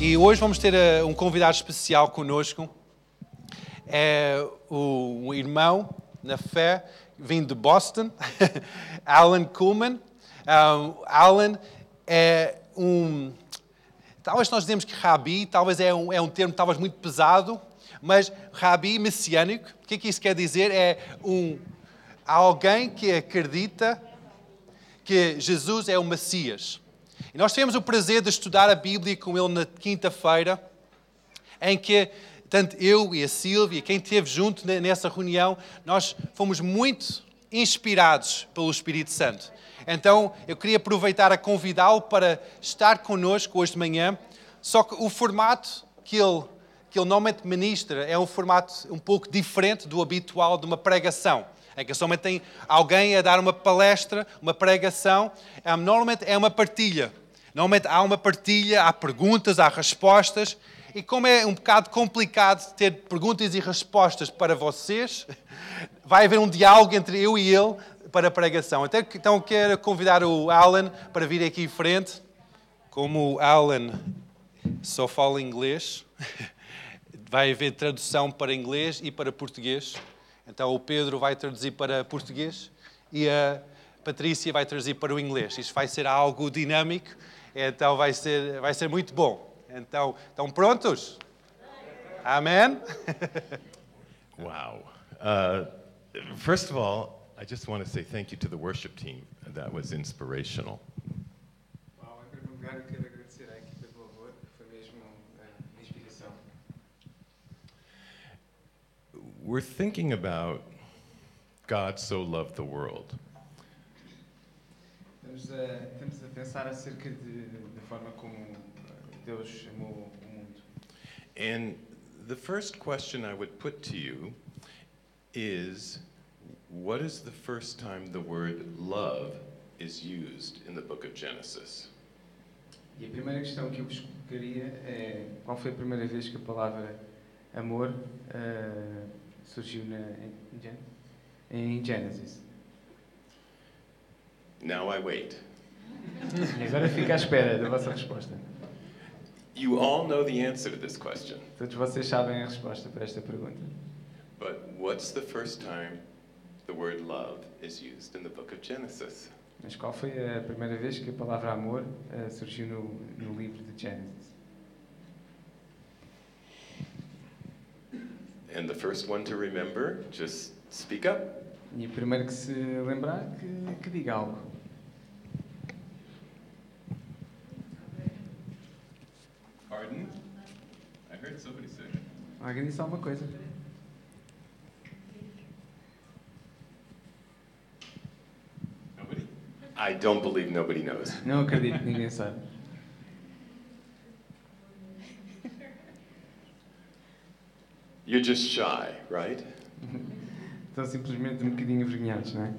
E hoje vamos ter eh, um convidado especial conosco. É o, um irmão na fé, vindo de Boston, Alan Kuhlman. Um, Alan é um. Talvez nós dizemos que rabi, talvez é um, é um termo talvez muito pesado, mas rabi messiânico, o que é que isso quer dizer? É um, alguém que acredita que Jesus é o Messias. E nós tivemos o prazer de estudar a Bíblia com ele na quinta-feira, em que tanto eu e a Silvia, quem esteve junto ne- nessa reunião, nós fomos muito inspirados pelo Espírito Santo. Então, eu queria aproveitar a convidá-lo para estar connosco hoje de manhã, só que o formato que ele, que ele normalmente ministra é um formato um pouco diferente do habitual de uma pregação em que somente tem alguém a dar uma palestra, uma pregação. Ah, Normalmente é uma partilha. Normalmente há uma partilha, há perguntas, há respostas. E como é um bocado complicado ter perguntas e respostas para vocês, vai haver um diálogo entre eu e ele para a pregação. Até que- Então quero convidar o Alan para vir aqui em frente. Como o Alan só fala inglês, vai haver tradução para inglês e para português. Então o Pedro vai traduzir para português e a Patrícia vai traduzir para o inglês. Isto vai ser algo dinâmico, então vai ser, vai ser muito bom. Então, estão prontos? Amém? Wow. Uh, first of all, I just want to say thank you to the worship team. That was inspirational. Bom, em primeiro lugar, eu quero agradecer à equipa do Louvor, foi mesmo eh, uma inspiração. We're thinking about God so loved the world. Estamos a, estamos a pensar acerca de, da forma como eh, Deus amou o mundo. And the first question I would put to you is what is the first time the word love is used in the book of Genesis? E a primeira questão que eu vos colocaria é qual foi a primeira vez que a palavra amor eh, surgiu na, em, Gen- em Genesis? Now I wait. E agora fico à espera da vossa resposta. You all know the answer to this question, Todos vocês sabem a resposta para esta pergunta. but what's the first time the word love is used in the book of Genesis? Mas qual foi a primeira vez que a palavra amor eh, surgiu no, no livro de Gênesis? And the first one to remember, just speak up. E o primeiro que se lembrar, que, que diga algo. Pardon? I heard somebody say it. Alguém disse alguma coisa? Nobody? I don't believe nobody knows. Não acredito, ninguém sabe. You're just shy, right? Estão simplesmente um bocadinho envergonhados, não é?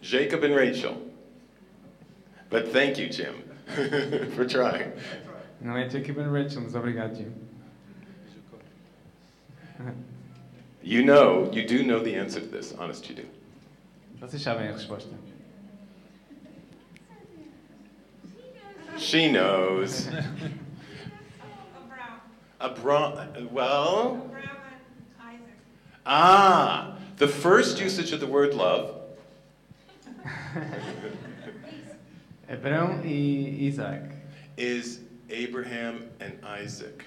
Jacob and Rachel. But thank you, Jim, for trying. Não é Jacob and Rachel, mas obrigado, Jim. You know, you do know the answer to this, honest you do. Vocês sabem a resposta. She knows. Abraham, Abra- well, Abraham and Isaac. ah, the first usage of the word love Abrão e Isaac. is Abraham and Isaac,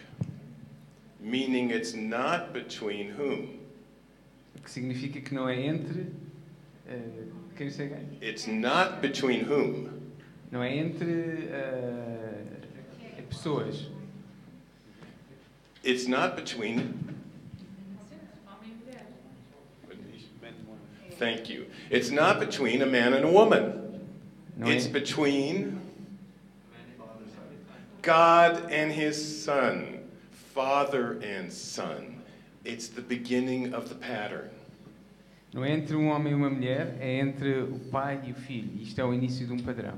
meaning it's not between whom? O que significa que não é entre. eh, quem chega? It's not between whom? Não é entre. eh, pessoas. It's not between. Thank you. It's not between a man and a woman. Não It's é, between God and his son, father and son. It's the beginning of the pattern. não é entre um homem e uma mulher, é entre o pai e o filho. Isto é o início de um padrão.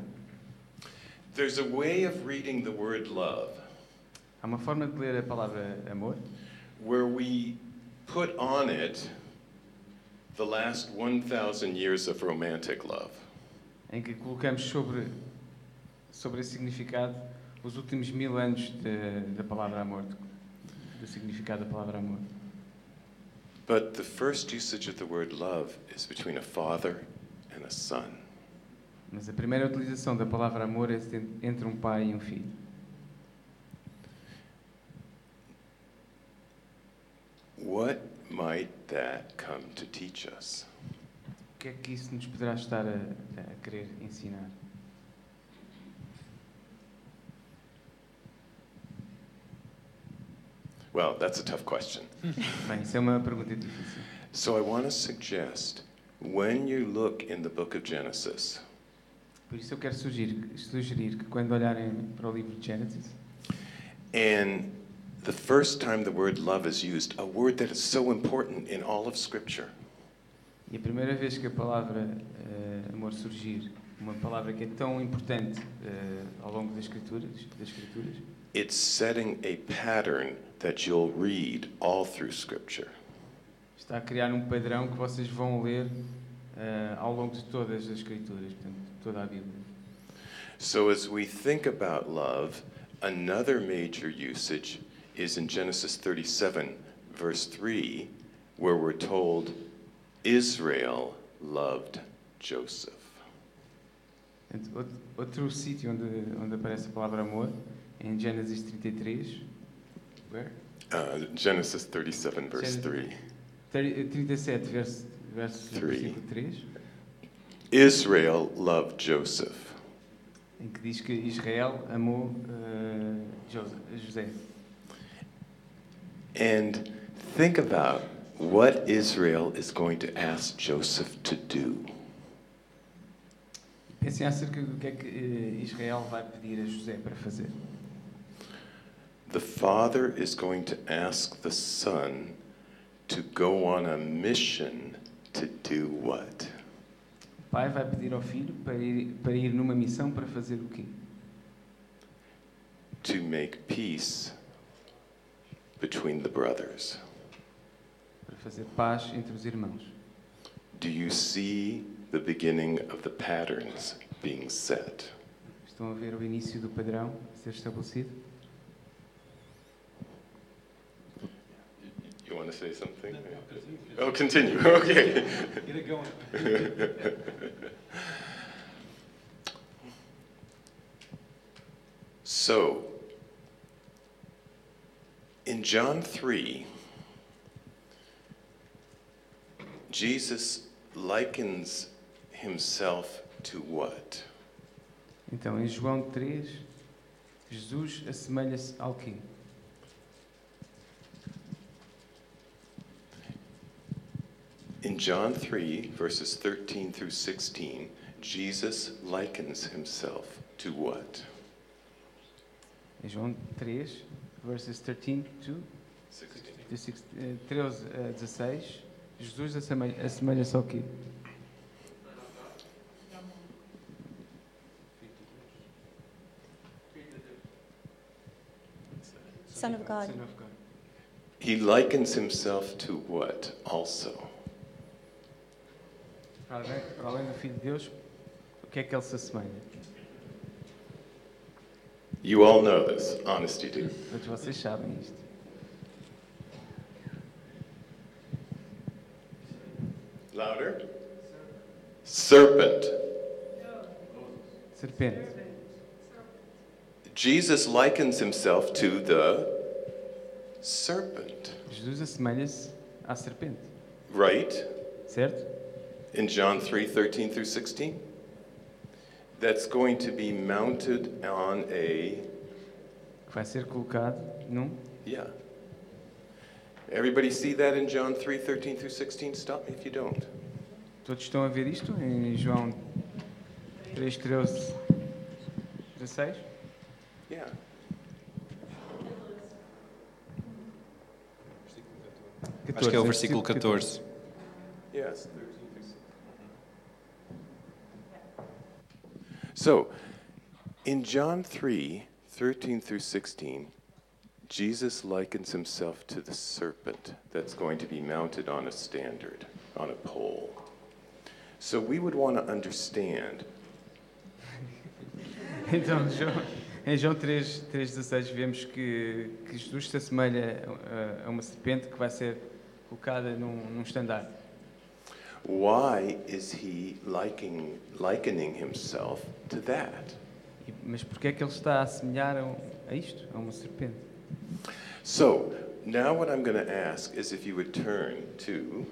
There's a way of reading the word love Há uma forma de ler a palavra amor where we put on it the last 1,000 years of romantic love. em que colocamos sobre sobre esse significado, os últimos mil anos de- da palavra amor, do- do significado da palavra amor. But the first usage of the word love is between a father and a son. Mas a primeira utilização da palavra amor é ent- entre um pai e um filho. What might that come to teach us? O que é que isso nos poderá estar a, a querer ensinar? Well, that's a tough question. Bem, isso é uma pergunta difícil. So I want to suggest when you look in the book of Genesis, Por isso eu quero sugerir, sugerir que quando olharem para o livro de Gênesis, and the first time the word love is used, a word that is so important in all of Scripture, e a primeira vez que a palavra eh, amor surgir, uma palavra que é tão importante eh, ao longo das escrituras, das escrituras, it's setting a pattern that you'll read all through Scripture. está a criar um padrão que vocês vão ler eh, ao longo de todas as escrituras, portanto, toda a Bíblia. So as we think about love, another major usage is in Genesis 37, verse 3, where we're told Israel loved Joseph. Portanto, out- Outro sítio onde, onde aparece a palavra amor, é em Gênesis 33, where? Uh, Genesis 37, verse Genesis. 3. Ter- 37, verso, verso Three. versículo 3, Israel loved Joseph. em que diz que Israel amou eh, Jos- José. And think about what Israel is going to ask Joseph to do. Pensem acerca do que é que eh, Israel vai pedir a José para fazer. The father is going to ask the son to go on a mission to do what? O pai vai pedir ao filho para ir, para ir numa missão para fazer o quê? To make peace between the brothers. Para fazer paz entre os irmãos. Do you see the beginning of the patterns being set? Estão a ver o início do padrão a ser estabelecido? You want to say something? Oh, continue. Okay. Get it going. So, in John 3, Jesus likens himself to what? Então, em João 3, Jesus assemelha-se ao quê? In John 3, verses 13 through 16, Jesus likens himself to what? Em João 3, verses 13 to de six- eh, 13 a 16, Jesus assemelha- assemelha-se ao quê? Son of God. He likens himself to what also? Para além, para além do Filho de Deus, o que é que ele se assemelha? You all know this, honest you do. Todos vocês sabem isto. Louder. Serpent. Serpente. Jesus likens himself to the serpent, Jesus assemelha-se à serpente, right? certo? In John 3 13 through 16. That's going to be mounted on a, Que vai ser colocado num. yeah. Everybody see that in John 3 13 through 16? Stop me if you don't. Todos estão a ver isto em João 3, 13, 16? Yeah. Acho que é o 14, versículo tipo, 14. Yes. So, in John 3 13 through 16, Jesus likens himself to the serpent that's going to be mounted on a standard, on a pole. So, we would want to understand Então, João, em João 3, 3,16 vemos que, que Jesus se assemelha a, a uma serpente que vai ser colocada num, num estandarte. Why is he liking, likening himself to that? E- Mas porquê é que ele está a assemelhar a, um- a isto, a uma serpente? So, now what I'm going to ask is if you would turn to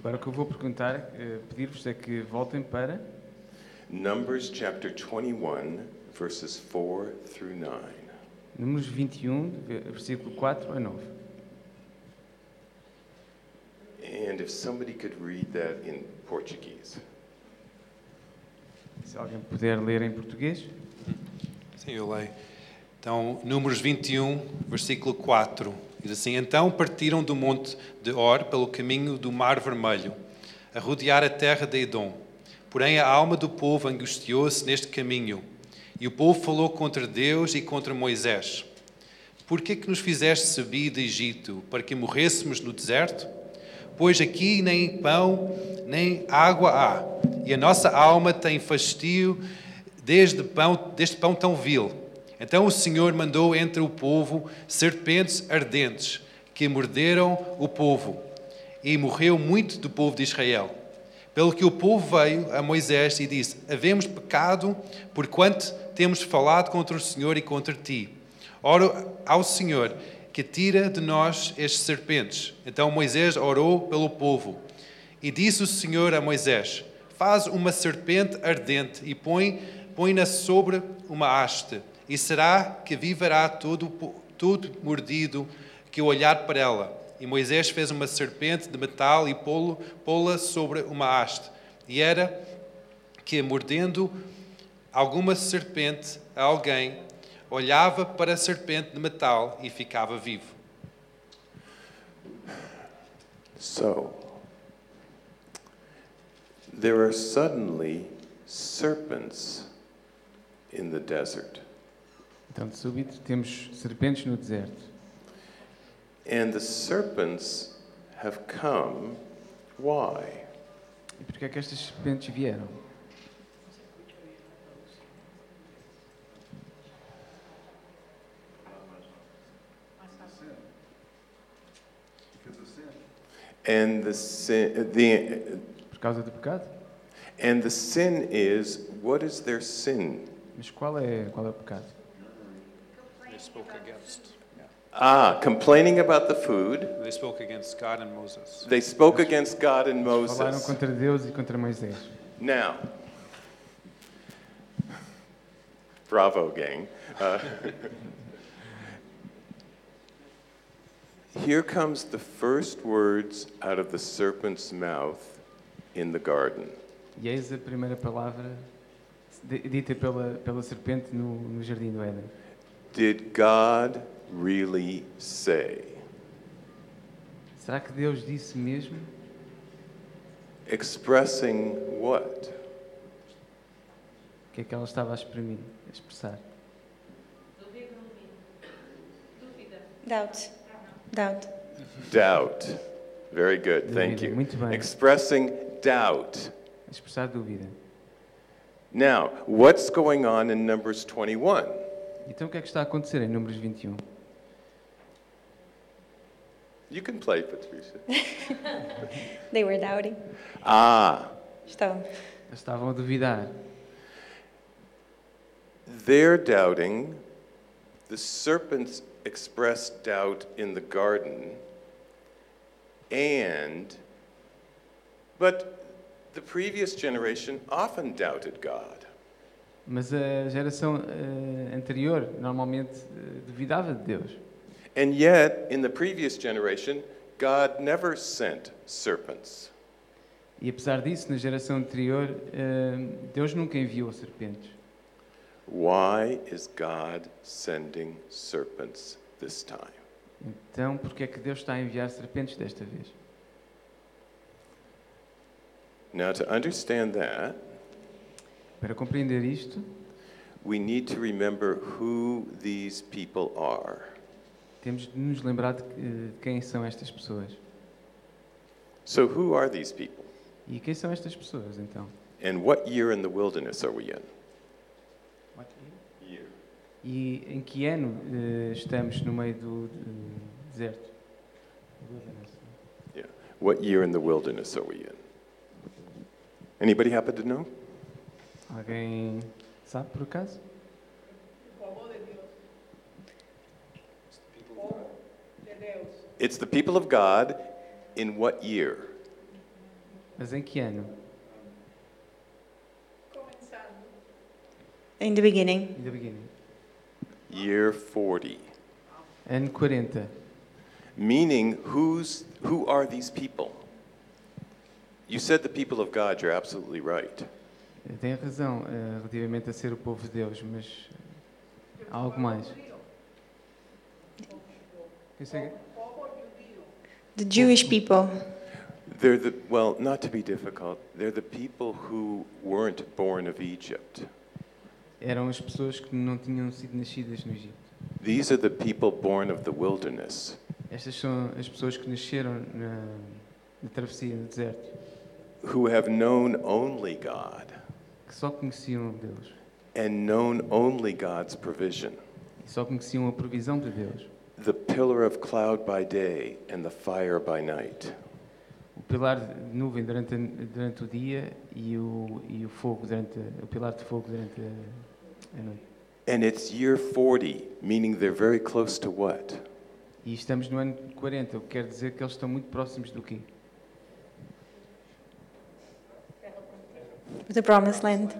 Agora o que eu vou perguntar, eh, pedir-vos é que voltem para Numbers chapter 21, verses 4 through 9. Números 21, ve- versículo 4 a 9. And if somebody could read that in Portuguese. Se alguém puder ler em português. Sim, eu leio. Então, Números 21, versículo 4. Diz assim: Então partiram do monte de Or pelo caminho do Mar Vermelho, a rodear a terra de Edom. Porém, a alma do povo angustiou-se neste caminho. E o povo falou contra Deus e contra Moisés: Por que, que nos fizeste subir do Egito para que morrêssemos no deserto? Pois aqui nem pão nem água há, e a nossa alma tem fastio desde pão, deste pão tão vil. Então o Senhor mandou entre o povo serpentes ardentes que morderam o povo, e morreu muito do povo de Israel. Pelo que o povo veio a Moisés e disse: Havemos pecado, porquanto temos falado contra o Senhor e contra ti. Oro ao Senhor que tira de nós estes serpentes. Então Moisés orou pelo povo. E disse o Senhor a Moisés: Faz uma serpente ardente e põe- põe-na sobre uma haste, e será que viverá todo, o po- todo mordido que olhar para ela. E Moisés fez uma serpente de metal e pô-lo- pô-la sobre uma haste. E era que, mordendo alguma serpente a alguém, olhava para a serpente de metal e ficava vivo. So, there are suddenly serpents in the desert. Então, de súbito, temos serpentes no deserto. And the serpents have come. Why? E porquê é que estas serpentes vieram? And the sin, the, Por causa do pecado? and the sin is what is their sin? Mas qual é, qual é o pecado? They spoke against, Ah, complaining about the food. they spoke against God and Moses. They spoke against God and Falaram Moses. contra Deus e contra Moisés. Now, bravo, gang. Uh, here comes the first words out of the serpent's mouth in the garden. E eis a primeira palavra di- dita pela, pela serpente no, no jardim do Éden. Did God really say? Será que Deus disse mesmo? Expressing what? O que é que ela estava a exprimir, a expressar? Doubt. Doubt. Doubt. Very good, thank Dúvida. you. Muito bem. Expressing doubt. A expressar dúvida. Now, what's going on in Numbers 21? Então o que é que está a acontecer em Números 21? You can play, Patricia. They were doubting. ah, Estavam. Eles estavam a duvidar. they're doubting. The serpents expressed doubt in the garden. And, but the previous generation often doubted God. Mas a geração eh, anterior normalmente eh, duvidava de Deus. And yet, in the previous generation, God never sent serpents. E apesar disso, na geração anterior, eh, Deus nunca enviou serpentes. Why is God sending serpents this time? Então, porque é que Deus está a enviar serpentes desta vez? Now, to understand that, Para compreender isto, we need to remember who these people are. temos de nos lembrar de, que- eh, de quem são estas pessoas. So, who are these people? E quem são estas pessoas, então? And what year in the wilderness are we in? What year? Year. E em que ano eh, estamos no meio do eh, deserto? Wilderness. What year in the wilderness are we in? Anybody happen to know? Alguém sabe por acaso? It's the people of God in what year? Mas em que ano? In the beginning. In the beginning. Year 40. Ano 40. Meaning, who's, who are these people? You said the people of God, you're absolutely right. Eh, Tem razão eh, relativamente a ser o povo de Deus, mas eh, há algo mais. Quem segue? The Jewish people. They're the, well, not to be difficult, they're the people who weren't born of Egypt. Eram as pessoas que não tinham sido nascidas no Egito. These are the people born of the wilderness. Estas são as pessoas que nasceram na, na travessia do deserto, who have known only God que só conheciam Deus and known only God's provision, e só conheciam a provisão de Deus. the pillar of cloud by day and the fire by night. O pilar de nuvem durante, a- durante o dia e o, e o fogo durante a- o pilar de fogo durante a, a noite. And it's year 40, meaning they're very close to what? E estamos no ano 40, o que quer dizer que eles estão muito próximos do quê? The promised land.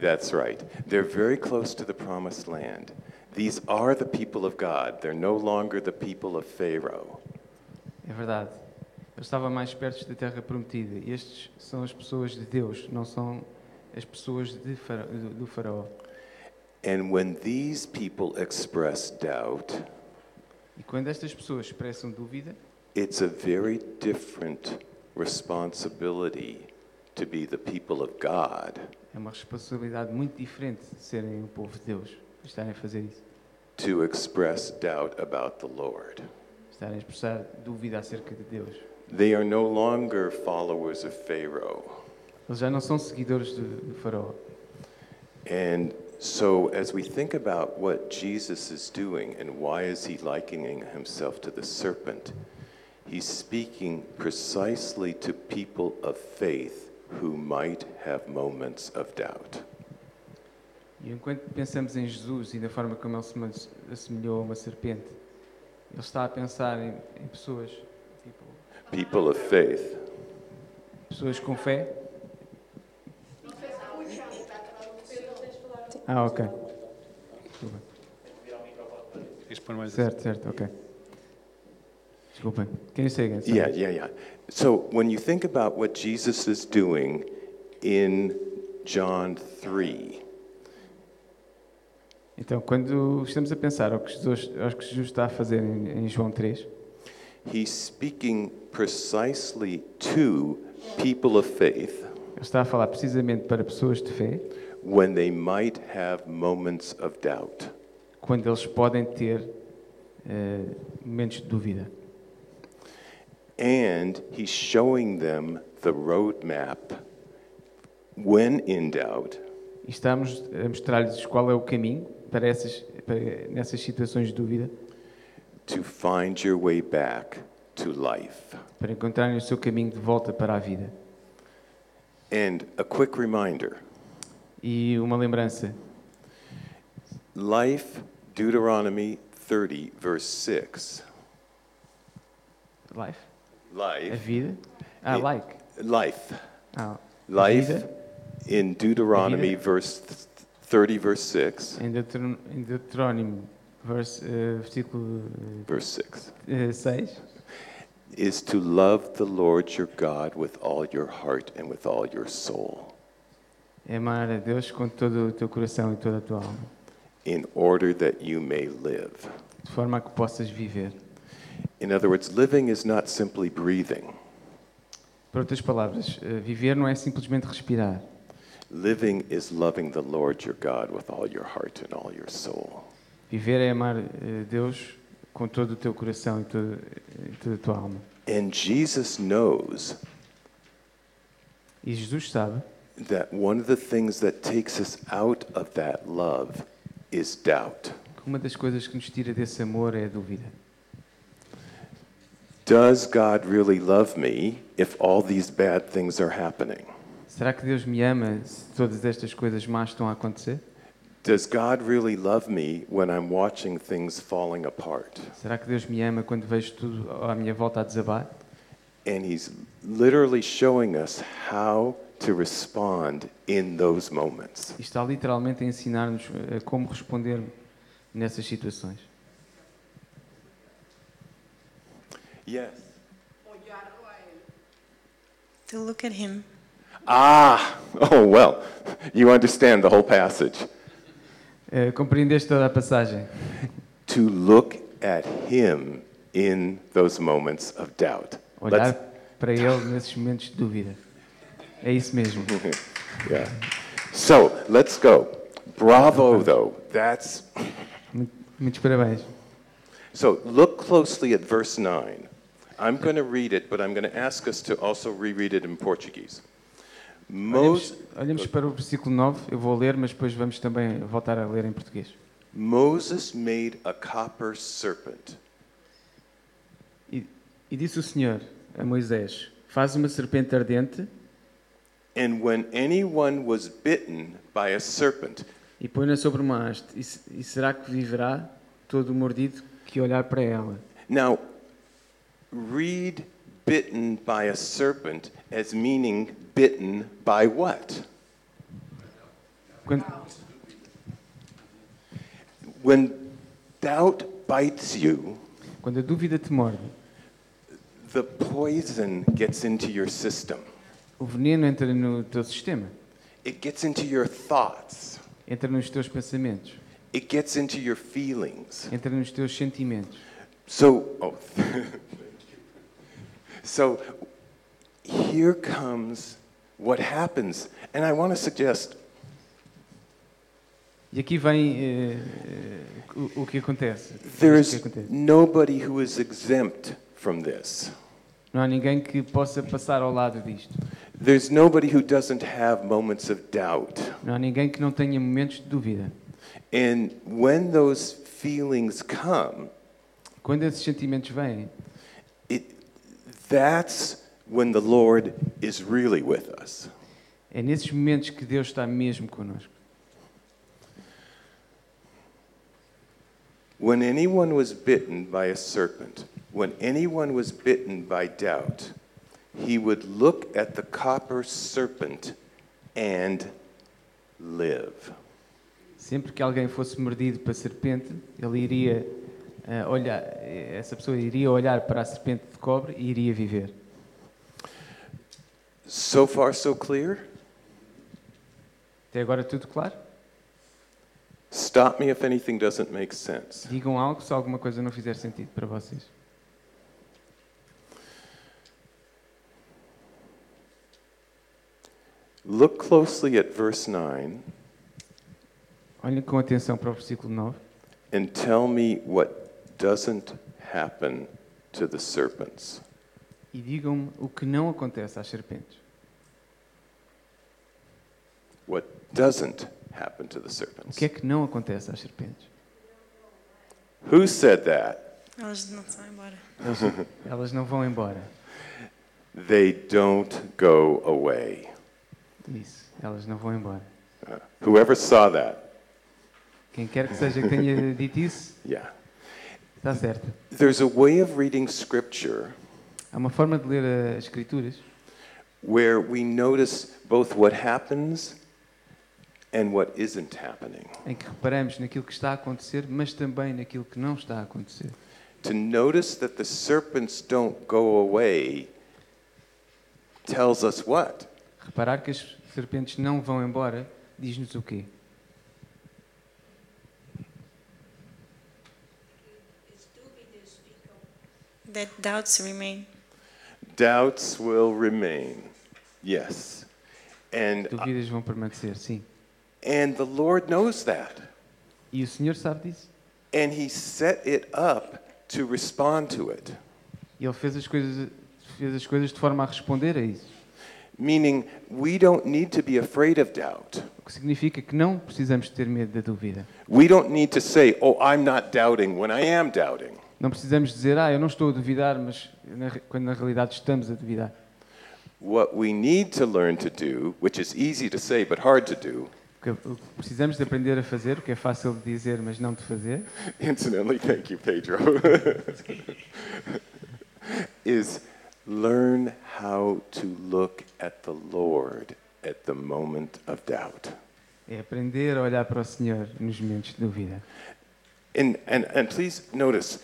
That's right. They're very close to the promised land. These are the people of God. They're no longer the people of Pharaoh. É verdade. Eu estava mais perto da terra prometida. Estes são as pessoas de Deus, não são as pessoas de fara- do, do faraó. And when these people express doubt, E quando estas pessoas expressam dúvida, It's a very different responsibility to be the people of God, é uma responsabilidade muito diferente de serem o povo de Deus, de estarem a fazer isso, to express doubt about the Lord. de estarem a expressar dúvida acerca de Deus. They are no longer followers of Pharaoh. Eles já não são seguidores do, do faraó. And so as we think about what Jesus is doing and why is he likening himself to the serpent, he's speaking precisely to people of faith who might have moments of doubt. E enquanto pensamos em Jesus e na forma como ele se mas- assemelhou a uma serpente, ele está a pensar em, em pessoas, tipo, People of faith. pessoas com fé. Ah, ok. Isto põe mais- Certo, certo, ok. Desculpem. Quem é segue? Yeah, yeah, yeah. So when you think about what Jesus is doing in John 3, Então, quando estamos a pensar ao que Jesus, ao que Jesus está a fazer em, em João 3, he's speaking precisely to people of faith ele está a falar precisamente para pessoas de fé, when they might have moments of doubt. quando eles podem ter eh, momentos de dúvida. And he's showing them the roadmap when in doubt E estamos a mostrar-lhes qual é o caminho para essas, para, nessas situações de dúvida, to find your way back to life. para encontrarem o seu caminho de volta para a vida. And a quick reminder E uma lembrança, life, Deuteronomy 30, verse 6. life, a Life. vida, ah, E- like, Life. ah, Life vida. in Deuteronomy, verse th- 30, verse 6. Em Deuteron- em Deuteronômio, verse, eh, versículo eh, Verse 6. 6, Is to love the Lord your God with all your heart and with all your soul, é amar a Deus com todo o teu coração e toda a tua alma, in order that you may live. de forma a que possas viver. In other words, living is not simply breathing, Por outras palavras, eh, viver não é simplesmente respirar. living is loving the Lord your God with all your heart and all your soul. Viver é amar eh, Deus com todo o teu coração e todo- eh, e toda a tua alma. And Jesus knows E Jesus sabe that one of the things that takes us out of that love is doubt. que uma das coisas que nos tira desse amor é a dúvida. Does God really love me if all these bad things are happening? Será que Deus me ama se todas estas coisas más estão a acontecer? Does God really love me when I'm watching things falling apart? Será que Deus me ama quando vejo tudo à minha volta a desabar? And He's literally showing us how to respond in those moments. E está literalmente a ensinar-nos eh, como responder nessas situações. Yes. To look at him. Ah, oh, well, you understand the whole passage. Eh, Compreendeste toda a passagem? To look at Him in those moments of doubt. Olhar Let's- para Ele nesses momentos de dúvida. É isso mesmo. yeah. So let's go. Bravo, though. That's Muito- Muitos parabéns. So look closely at verse 9. I'm going to read it, but I'm going to ask us to also reread it in Portuguese. Mos- Olhamos, olhamos para o versículo 9, eu vou ler, mas depois vamos também voltar a ler em português. Moses made a copper serpent. E, e disse o Senhor a Moisés: Faz uma serpente ardente And when anyone was bitten by a serpent, e põe-na sobre uma haste, e, se- e será que viverá todo o mordido que olhar para ela? now read bitten by a serpent as meaning bitten by what? Quando, When doubt bites you, quando a dúvida te morde, the poison gets into your system. o veneno entra no teu sistema, It gets into your thoughts. entra nos teus pensamentos, It gets into your feelings. entra nos teus sentimentos. So, oh, thank you. So, here comes what happens. And I want to suggest E aqui vem eh, eh, o, o que acontece. there O is que acontece. nobody who is exempt from this. Não há ninguém que possa passar ao lado disto. There's nobody who doesn't have moments of doubt. Não há ninguém que não tenha momentos de dúvida. And when those feelings come, Quando esses sentimentos vêm, it, that's when the Lord is really with us. é nesses momentos que Deus está mesmo connosco. When anyone was bitten by a serpent, when anyone was bitten by doubt, he would look at the copper serpent and live. Sempre que alguém fosse mordido para a serpente, ele iria eh, olhar, eh, essa pessoa iria olhar para a serpente de cobre e iria viver. So far, so clear? Até agora tudo claro? Stop me if anything doesn't make sense. Digam algo se alguma coisa não fizer sentido para vocês. Look closely at verse 9 Olhem com atenção para o versículo 9 and tell me what doesn't happen to the serpents. e digam-me o que não acontece às serpentes. What doesn't happen to the O serpents? que é que não acontece às serpentes? Who said that? Elas não são embora. Elas não vão embora. They don't go away. Isso, elas não vão embora. Whoever saw that, Quem quer que seja que tenha dito isso, yeah. está certo. There's a way of reading scripture Há uma forma de ler eh, as escrituras where we notice both what happens and what isn't happening. em que reparamos naquilo que está a acontecer, mas também naquilo que não está a acontecer. To notice that the serpents don't go away tells us what? Reparar que as serpentes não vão embora diz-nos o quê? That doubts remain. Doubts will remain. Yes. And Dúvidas vão permanecer, sim. and the Lord knows that. E o Senhor sabe disso. And he set it up to respond to it. E Ele fez as coisas, fez as coisas de forma a responder a isso. meaning we don't need to be afraid of doubt. O que significa que não precisamos ter medo da dúvida. We don't need to say, oh, I'm not doubting when I am doubting. Não precisamos dizer, ah, eu não estou a duvidar, mas na re- quando na realidade estamos a duvidar. What we need to learn to do, which is easy to say but hard to do, O que, o que precisamos de aprender a fazer, o que é fácil de dizer, mas não de fazer, incidentally, thank you, Pedro, is learn how to look at the Lord at the moment of doubt. é aprender a olhar para o Senhor nos momentos de dúvida. And, and, and please notice,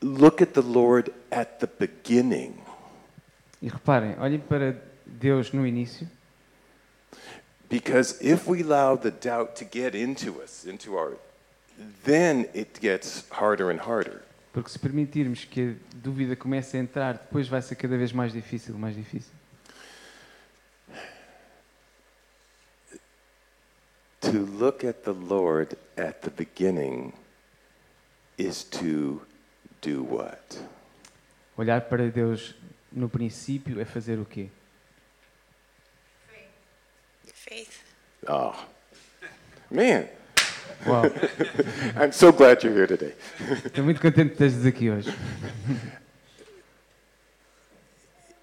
look at the Lord at the beginning. E reparem, olhem para Deus no início, Because if we allow the doubt to get into us, into our, then it gets harder and harder. porque se permitirmos que a dúvida comece a entrar, depois vai ser cada vez mais difícil, mais difícil. To look at the Lord at the beginning is to do what? Olhar para Deus no princípio é fazer o quê? Faith. Oh, man, Uau, I'm so glad you're here today. estou muito contente de estares aqui hoje.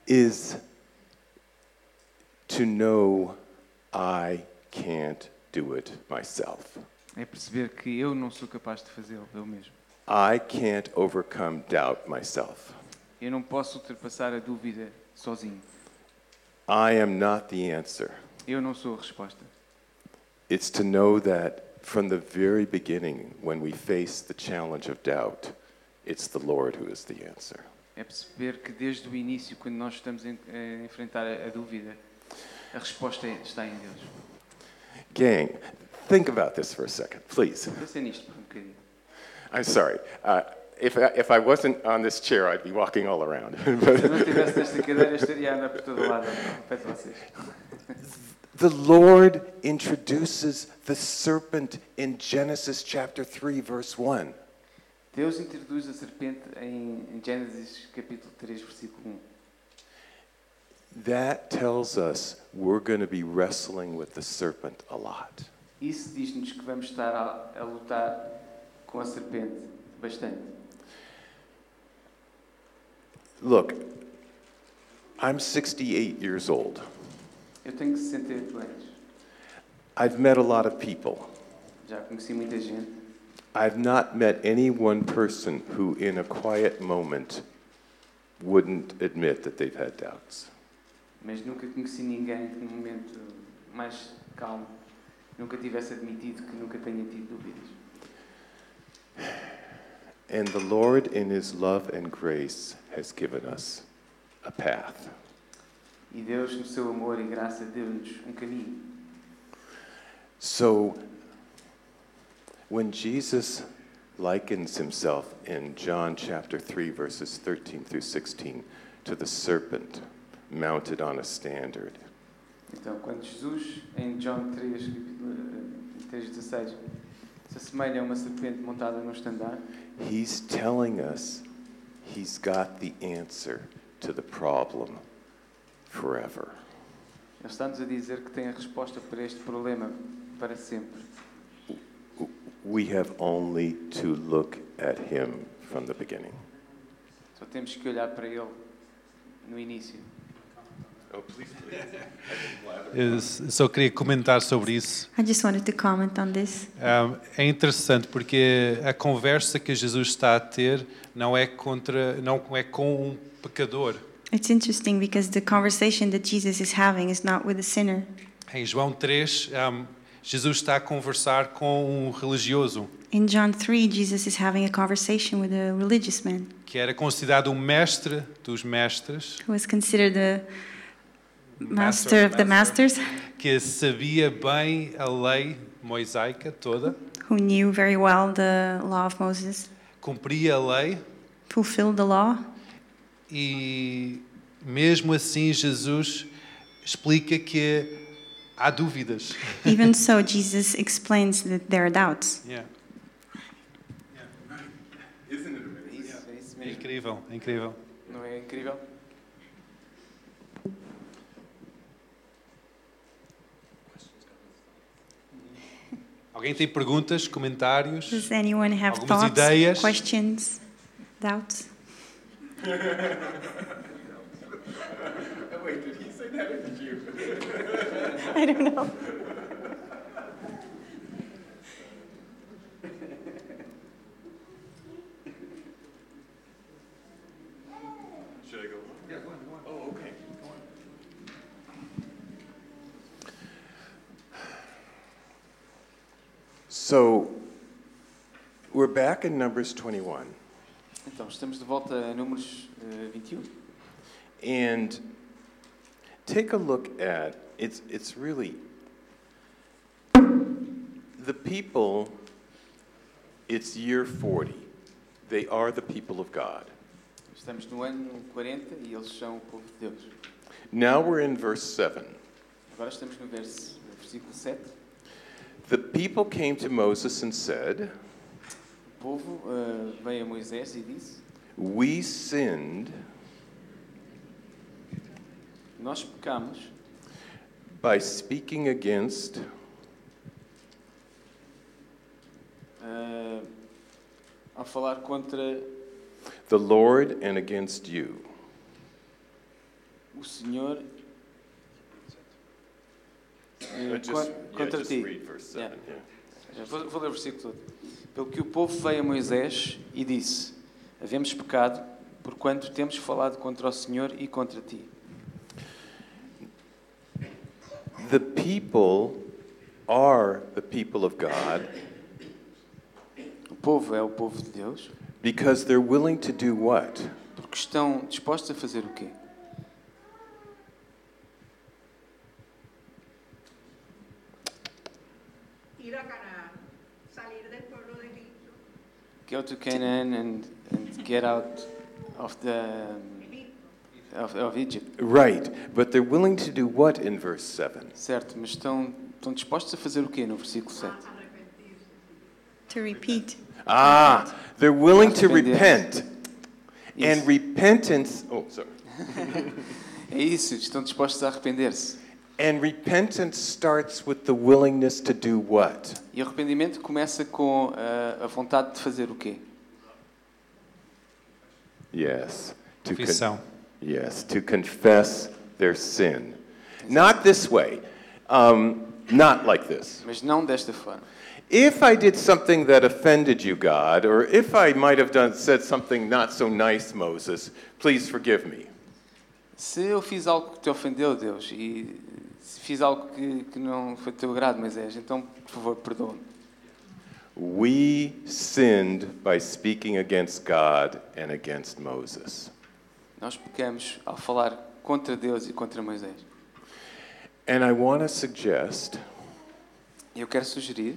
Is to know I can't do it myself. É perceber que eu não sou capaz de fazê-lo, eu mesmo. I can't overcome doubt myself. Eu não posso ultrapassar a dúvida sozinho. I am not the answer. Eu não sou a resposta. It's to know that from the very beginning, when we face the challenge of doubt, it's the Lord who is the answer. É perceber que desde o início, quando nós estamos em- a enfrentar a, a dúvida, a resposta é- está em Deus. Gang, think about this for a second, please. Pensem nisto por um bocadinho. I'm sorry. Uh, if, I, if I wasn't on this chair, I'd be walking all around. Se eu não but estivesse nesta cadeira, eu estaria a andar por todo lado, ao pé de vocês. the Lord introduces the serpent in Genesis chapter 3, verse 1. Deus introduz a serpente em, em Gênesis capítulo 3, versículo 1. That tells us we're going to be wrestling with the serpent a lot. Isso diz-nos que vamos estar a, a lutar com a serpente bastante. Look, I'm 68 years old. Eu tenho 68 anos, I've met a lot of people. já conheci muita gente. I've not met any one person who, in a quiet moment, wouldn't admit that they've had doubts. mas nunca conheci ninguém que num momento mais calmo nunca tivesse admitido que nunca tenha tido dúvidas. And the Lord, in His love and grace, has given us a path. E Deus, no seu amor e graça, deu-nos um caminho. So, when Jesus likens himself in John chapter 3, verses 13 through 16, to the serpent mounted on a standard, Então, quando Jesus, em João 3, capítulo, eh, 3,16, se assemelha a uma serpente montada num estandarte, He's telling us he's got the answer to the problem forever. ele está-nos a dizer que tem a resposta para este problema para sempre. We have only to look at him from the beginning. Só temos que olhar para ele no início. Oh, please, Eu só queria comentar sobre isso. I just wanted to comment on this. Ah, É interessante porque a conversa que Jesus está a ter não é contra, não é com um pecador. It's interesting because the conversation that Jesus is having is not with a sinner. Em João 3, ah, Jesus está a conversar com um religioso In John 3, Jesus is having a conversation with a religious man que era considerado o mestre dos mestres, who was considered the master of the masters, que sabia bem a lei mosaica toda, who knew very well the law of Moses, cumpria a lei fulfilled the law. e mesmo assim Jesus explica que há dúvidas. Even so, Jesus explains that there are doubts. Yeah. É isso, é isso É mesmo. incrível, é incrível. Não é incrível? Alguém tem perguntas, comentários? Does anyone have Algumas thoughts, ideias? questions, doubts? Wait, did he say that or did you? I don't know. So we're back in Numbers 21, Então, estamos de volta a números eh, 21. and take a look at it's it's really the people. It's year 40. They are the people of God. Estamos no ano 40 e eles são o povo de Deus. Now we're in verse 7. Agora estamos no verso, no versículo 7. The people came to Moses and said, O povo eh, veio a Moisés e disse: We sinned Nós pecamos by speaking against eh, ao falar contra the Lord and against you. o Senhor. eh, Mm, Uh, just- con- yeah, contra just ti. read verse 7. yeah. Eh, Vou, vou ler o versículo todo. Pelo que o povo veio a Moisés e disse: Havemos pecado, porquanto temos falado contra o Senhor e contra ti. The people are the people of God O povo é o povo de Deus, because they're willing to do what? porque estão dispostos a fazer o quê? ir a Canaán, salir del pueblo de Egipto, Go to Canaan é and, and get out of the um, of, of Egypt. Right, but they're willing to do what in verse 7? Certo, mas estão, estão dispostos a fazer o quê no versículo 7? arrepentirse. To repeat. Ah, they're willing to Repent, yes. repent. Yes. And repentance, oh, sorry. É isso, estão dispostos a arrepender-se. And repentance starts with the willingness to do what? E o arrependimento começa com ah, a vontade de fazer o quê? Yes. To con- Confissão. Yes, to confess their sin. Not this way, um, not like this. Mas não desta forma. If I did something that offended you, God, or if I might have done, said something not so nice, Moses, please forgive me. Se eu fiz algo que te ofendeu, Deus, e se fiz algo que, que não foi do teu agrado, Moisés, então, por favor, perdoa-me. We sinned by speaking against God and against Moses. Nós pecamos ao falar contra Deus e contra Moisés. And I want to suggest E Eu quero sugerir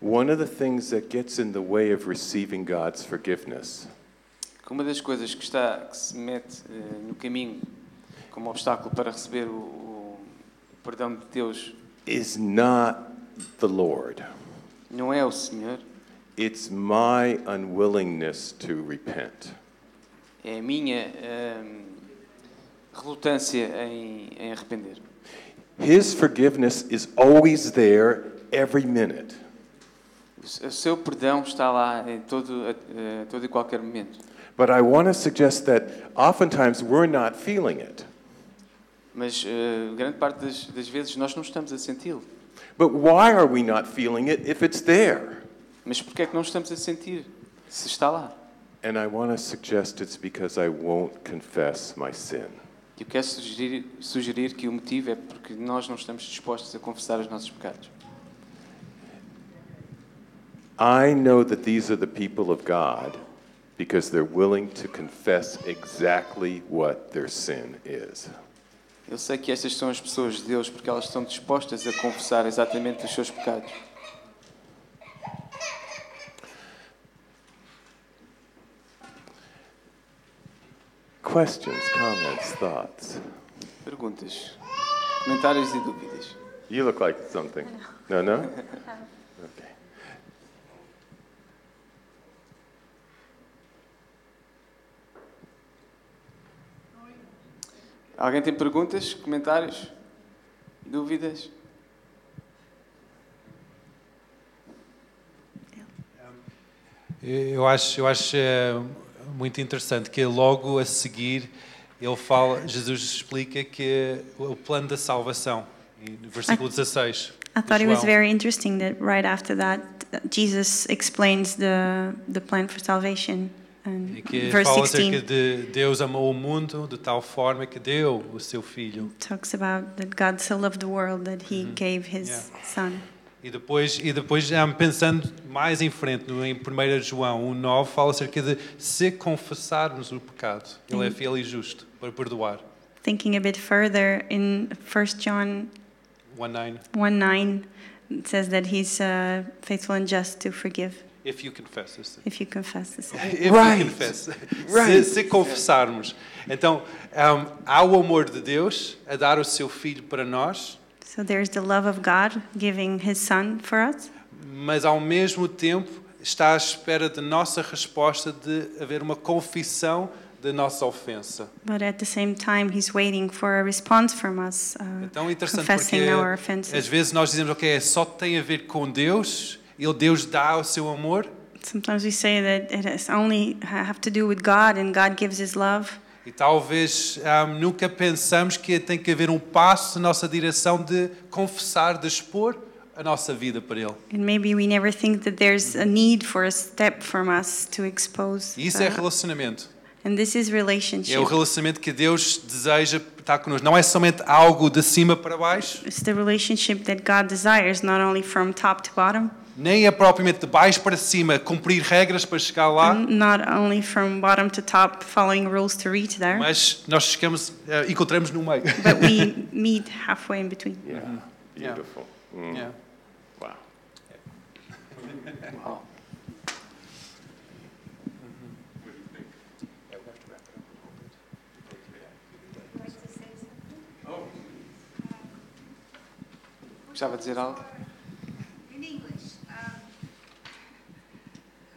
one of the things that gets in the way of receiving God's forgiveness que uma das coisas que, está, que se mete eh, no caminho como obstáculo para receber o, o perdão de Deus is not the Lord. não é o Senhor, It's my unwillingness to repent. é a minha ehm, relutância em, em arrepender. His forgiveness is always there every minute. O s- o seu perdão está lá em todo, a- a todo e qualquer momento. But I want to suggest that oftentimes we're not feeling it. Mas eh, grande parte das, das vezes nós não estamos a senti-lo. But why are we not feeling it if it's there? Mas porquê é que não estamos a sentir? Se está lá. And I want to suggest it's because I won't confess my sin. Eu quero sugerir, sugerir que o motivo é porque nós não estamos dispostos a confessar os nossos pecados. I know that these are the people of God because they're willing to confess exactly what their sin is. Eu sei que estas são as pessoas de Deus porque elas estão dispostas a confessar exatamente os seus pecados. Questions, comments, thoughts? Perguntas, comentários e dúvidas. You look like something. No, no? Okay. Alguém tem perguntas, comentários, dúvidas? Eu acho, eu acho eh, muito interessante que logo a seguir ele fala, Jesus explica que o plano da salvação, em versículo 16. I de thought it was João. very interesting that right after that, uh, Jesus explains the, the plan for salvation. E And que verse fala 16 acerca de Deus amou o mundo de tal forma que deu o seu filho. talks about that God so loved the world that he gave his Mm-hmm. Yeah. son. E depois, e depois ah, pensando mais em frente, no- em 1 João 1,9, fala acerca de se confessarmos o pecado, ele Uhum. é fiel e justo para perdoar. Thinking a bit further, in 1 John 1,9. 1 9, it says that he's uh, faithful and just to forgive If you confess this. if you confess the sin. If you Right. confess. Right. Se, se confessarmos. Então, um, há o amor de Deus a dar o seu filho para nós, So there's the love of God giving his son for us, mas ao mesmo tempo está à espera da nossa resposta de haver uma confissão da nossa ofensa. but at the same time, he's waiting for a response from us, uh, Então é interessante confessing our porque às offenses. vezes nós dizemos, ok, é só tem a ver com Deus, e Deus dá o seu amor, Sometimes we say that it has only ha- have to do with God and God gives his love. e talvez ah, nunca pensamos que tem que haver um passo na nossa direção de confessar, de expor a nossa vida para Ele. And maybe we never think that there's a need for a step from us to expose. E isso é uh, relacionamento. and this is É o relationship. relacionamento que Deus deseja estar connosco. Não é somente algo de cima para baixo, It's the relationship that God desires, not only from top to bottom, nem é propriamente de baixo para cima, cumprir regras para chegar lá, n- not only from bottom to top, following rules to reach there, mas nós chegamos, eh, encontramos no meio. but we meet halfway in between. Yeah. Yeah. Beautiful. Mm. Yeah. Wow. wow. Gostava de dizer algo? In English, um,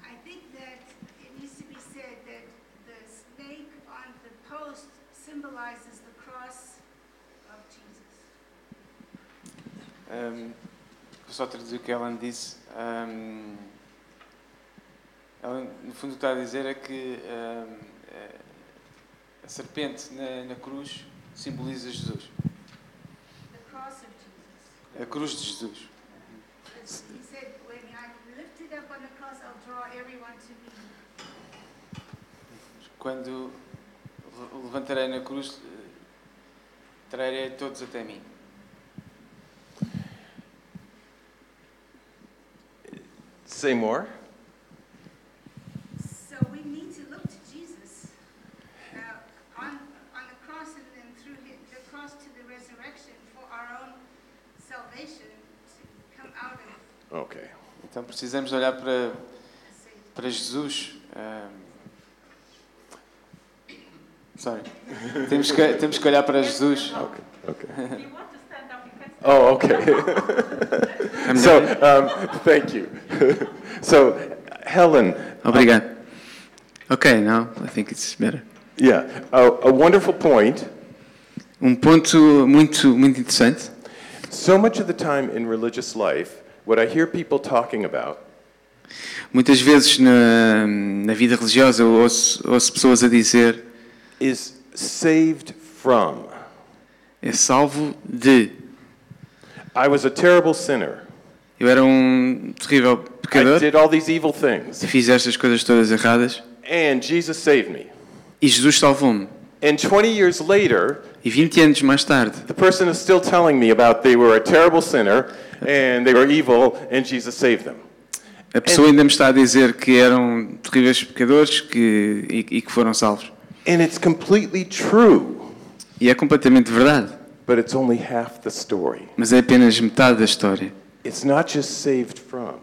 I think that it needs to be said that the snake on the post symbolizes the cross of Jesus. Ahm, vou só traduzir o que a Ellen disse. Ahm, ela, no fundo, o que está a dizer é que ahm, eh, a serpente na, na cruz simboliza Jesus. The cross of Jesus. A cruz de Jesus. He said, "When I lift it up on the cross, I'll draw everyone to me." Quando le- levantarei na cruz, eh, trarei todos até mim. Say more. So we need to look to Jesus uh, on on the cross and then through hi- the cross to the resurrection for our own salvation to come out of Okay. Então precisamos olhar para, the Savior. para Jesus. ah, ahm, sorry. temos, que, temos que olhar para Jesus. Okay. You want to stand up, you can Oh, okay. so, um, thank you. so, Helen, Obrigado. Ok, now I think it's better. yeah, a, a wonderful point. Um ponto muito, muito interessante. So much of the time in religious life, what I hear people talking about Muitas vezes na, na vida religiosa eu ouço, ouço pessoas a dizer is saved from. é salvo de. I was a terrible sinner. Eu era um terrível I pecador, did all these evil things, fiz estas coisas todas erradas and Jesus saved me. e Jesus salvou-me. And 20 years later, E 20 anos mais tarde, the person is still telling me about they were a terrible sinner and they were evil and Jesus saved them. a pessoa ainda me está a dizer que eram terríveis pecadores que, e, e que foram salvos. And it's completely true, E é completamente verdade, but it's only half the story. mas é apenas metade da história. It's not just saved from,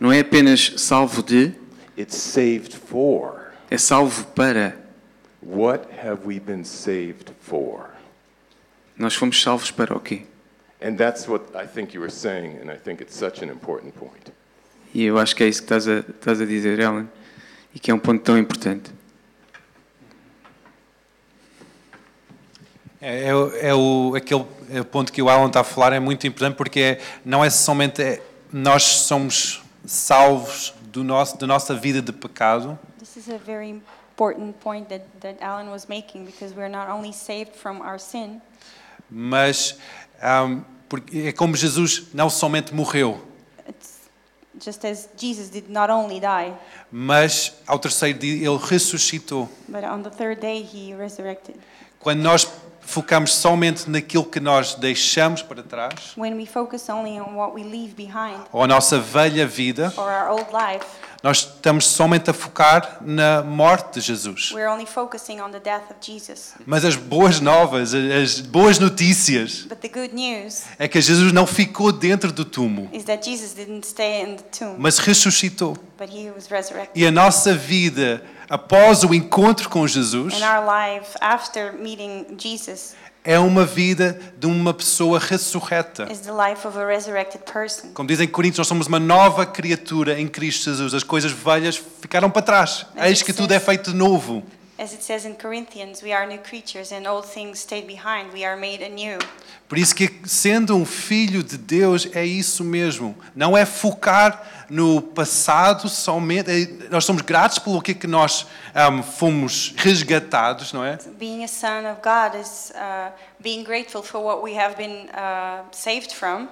Não é apenas salvo de, it's saved for. é salvo para. What have we been saved for? Nós fomos salvos para o quê? And that's what I think you were saying, and I think it's such an important point. E eu acho que é isso que estás a, estás a dizer, Ellen, e que é um ponto tão importante. É, é o- é o, aquele é o ponto que o Alan está a falar é muito importante porque é- não é somente é, nós somos salvos do nosso, da nossa vida de pecado, This is a very important point that, that Alan was making because we're not only saved from our sin, mas ahm, porque é como Jesus não somente morreu, it's just as Jesus did not only die, mas ao terceiro dia ele ressuscitou. but on the third day he resurrected. Quando nós focamos somente naquilo que nós deixamos para trás, When we focus only on what we leave behind ou a nossa velha vida, or our old life, nós estamos somente a focar na morte de Jesus. we're only focusing on the death of Jesus. Mas as boas novas, as boas notícias, But the good news é que Jesus não ficou dentro do túmulo, is that Jesus didn't stay in the tomb, mas ressuscitou. but he was resurrected. E a nossa vida após o encontro com Jesus And our life after meeting Jesus é uma vida de uma pessoa ressurreta. is the life of a resurrected person. Como dizem Coríntios, nós somos uma nova criatura em Cristo Jesus. As coisas velhas ficaram para trás. Mas Eis que isso- tudo é feito novo. As it says in Corinthians, we are new creatures and old things stayed behind. We are made anew. Por isso que sendo um filho de Deus é isso mesmo. Não é focar no passado somente. É- Nós somos gratos pelo que que nós ahm, fomos resgatados, não é? Being a son of God is uh, being grateful for what we have been uh, saved from,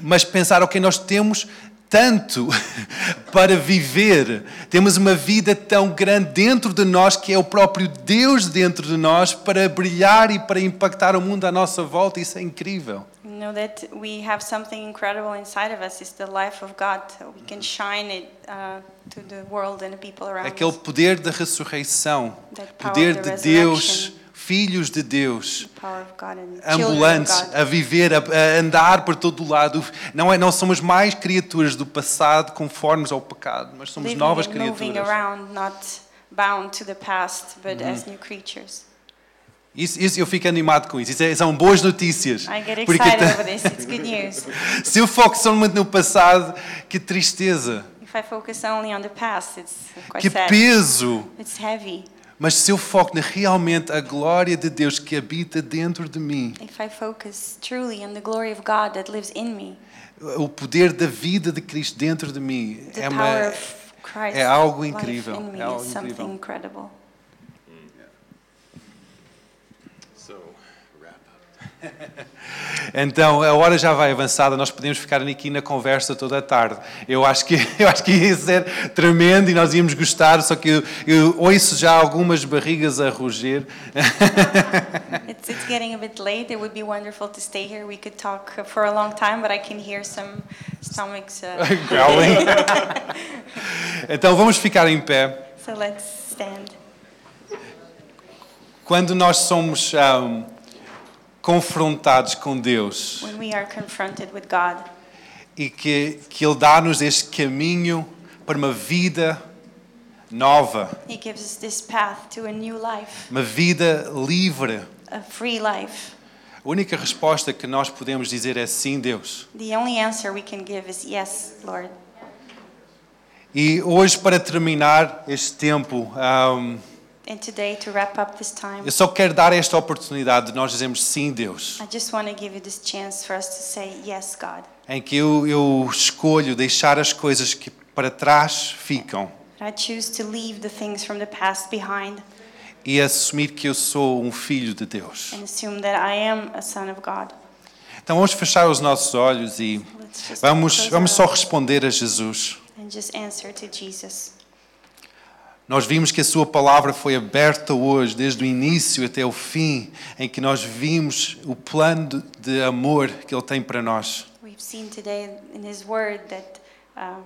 Mas pensar, ok, nós temos tanto para viver. Temos uma vida tão grande dentro de nós que é o próprio Deus dentro de nós para brilhar e para impactar o mundo à nossa volta. Isso é incrível. You know that we have something incredible inside of us. It's the life of God. We can shine it uh, to the world and the people around Aquele us. poder da ressurreição, That power poder of de the Deus, resurrection. filhos de Deus, The power of God and children of ambulantes, God. a viver, a, a andar por todo o lado. Não, é, não somos mais criaturas do passado conformes ao pecado, mas somos Living novas and moving criaturas. around, not bound to the past, but as new creatures. Isso, isso- eu fico animado com isso. Isso é- são boas notícias. I get Porque excited tá- over this. It's good news. se eu foco somente no passado, que tristeza, If I focus only on the past, it's quite que sad. peso. It's heavy. Mas se eu foco na, realmente a glória de Deus que habita dentro de mim, If I focus truly on the glory of God that lives in me, o poder da vida de Cristo dentro de mim the é uma power of Christ é algo life incrível, in me é algo is something incrível. incredible. So, wrap up. Então, a hora já vai avançada, nós podemos ficar aqui na conversa toda a tarde. Eu acho que, eu acho que ia ser tremendo e nós íamos gostar, só que eu, eu ouço já algumas barrigas a roger. It's, it's getting a bit late. It would be wonderful to stay here. We could talk uh, for a long time, but I can hear some stomachs. Uh, Growling. então, vamos ficar em pé. so let's stand. Quando nós somos ahm, confrontados com Deus When we are confronted with God e que, que Ele dá-nos este caminho para uma vida nova, He gives us this path to a new life, uma vida livre, a free life. a única resposta que nós podemos dizer é sim, Deus. The only answer we can give is yes, Lord. E hoje, para terminar este tempo, ahm, And today, to wrap up this time, eu só quero dar esta oportunidade de nós dizermos sim, Deus, I just want to give you this chance for us to say yes, God. em que eu, eu escolho deixar as coisas que para trás ficam And I choose to leave the things from the past behind e assumir que eu sou um filho de Deus. and assume that I am a son of God. Então vamos fechar os nossos olhos e Let's just vamos, close vamos our só responder a Jesus. And just answer to Jesus. Nós vimos que a sua palavra foi aberta hoje, desde o início até o fim, em que nós vimos o plano de- de amor que ele tem para nós. We've seen today in His Word that um,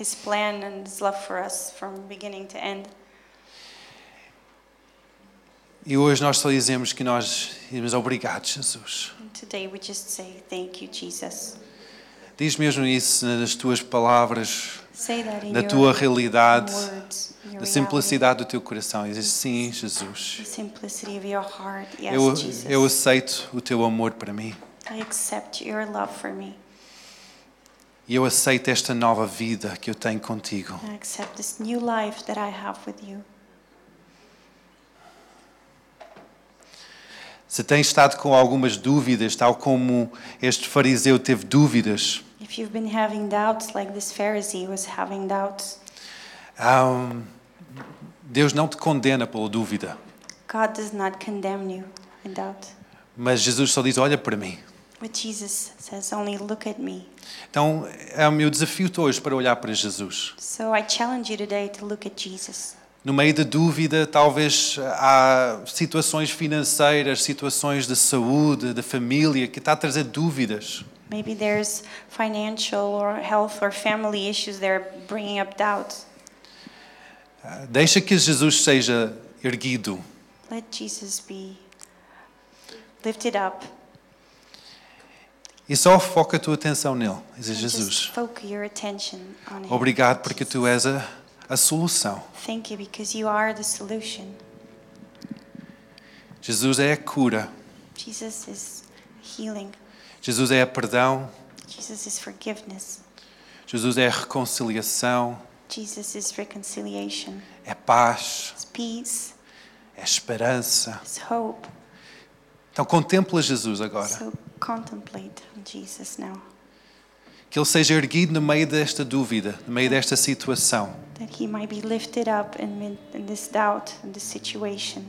His plan and His love for us from beginning to end. E hoje nós só dizemos que nós dizemos obrigado, Jesus. And today we just say, Thank you, Jesus. Diz mesmo isso nas tuas palavras, Say that in na your tua realidade, words, in your na reality, simplicidade do teu coração. E Diz assim, sim, Jesus. the simplicity of your heart. Yes, Eu, Jesus. eu aceito o teu amor para mim. I accept your love for me. E eu aceito esta nova vida que eu tenho contigo. I accept this new life that I have with you. Se tens estado com algumas dúvidas, tal como este fariseu teve dúvidas, If If you've been having doubts like this Pharisee was having doubts, Ahm, um, Deus não te condena pela dúvida, God does not condemn you in doubt. mas Jesus só diz: Olha para mim. But Jesus says, only look at me. Então, ahm, eu desafio-te hoje para olhar para Jesus. So I challenge you today to look at Jesus. No meio da dúvida, talvez há situações financeiras, situações de saúde, de família, que está a trazer dúvidas. Maybe there's financial or health or family issues that are bringing up doubts. Ah, Deixa que Jesus seja erguido. Let Jesus be lifted up. E só foca a tua atenção nele. Diz a and Just Jesus, focus your attention on him. obrigado porque tu és a, a solução. Thank you because you are the solution. Jesus é a cura. Jesus is healing. Jesus é a perdão. Jesus is forgiveness. Jesus é a reconciliação. Jesus is reconciliation. É paz. It's peace. É esperança. It's hope. Então contempla Jesus agora. So contemplate on Jesus now. Que ele seja erguido no meio desta dúvida, no meio desta situação. That he might be lifted up in, min- in this doubt, in this situation.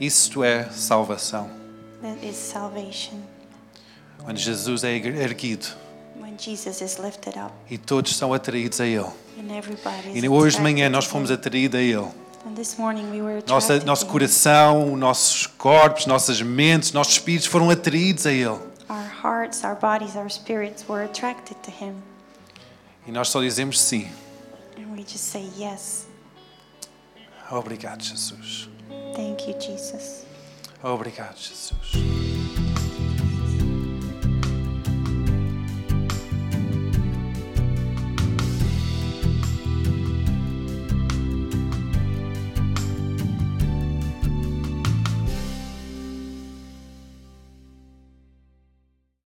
Isto é salvação. That is salvation. Quando Jesus é erguido When Jesus is lifted up e todos são atraídos a Ele. and everybody is E hoje de attracted manhã to nós him. fomos atraídos a Ele. And this morning we were Nossa, attracted to nosso him. coração, nossos corpos, nossas mentes, nossos espíritos foram atraídos a Ele. Our hearts, our bodies, our spirits were attracted to him. E nós só dizemos sim. And we just say, Yes, Obrigado, Jesus. thank you, Jesus. Obrigado, Jesus.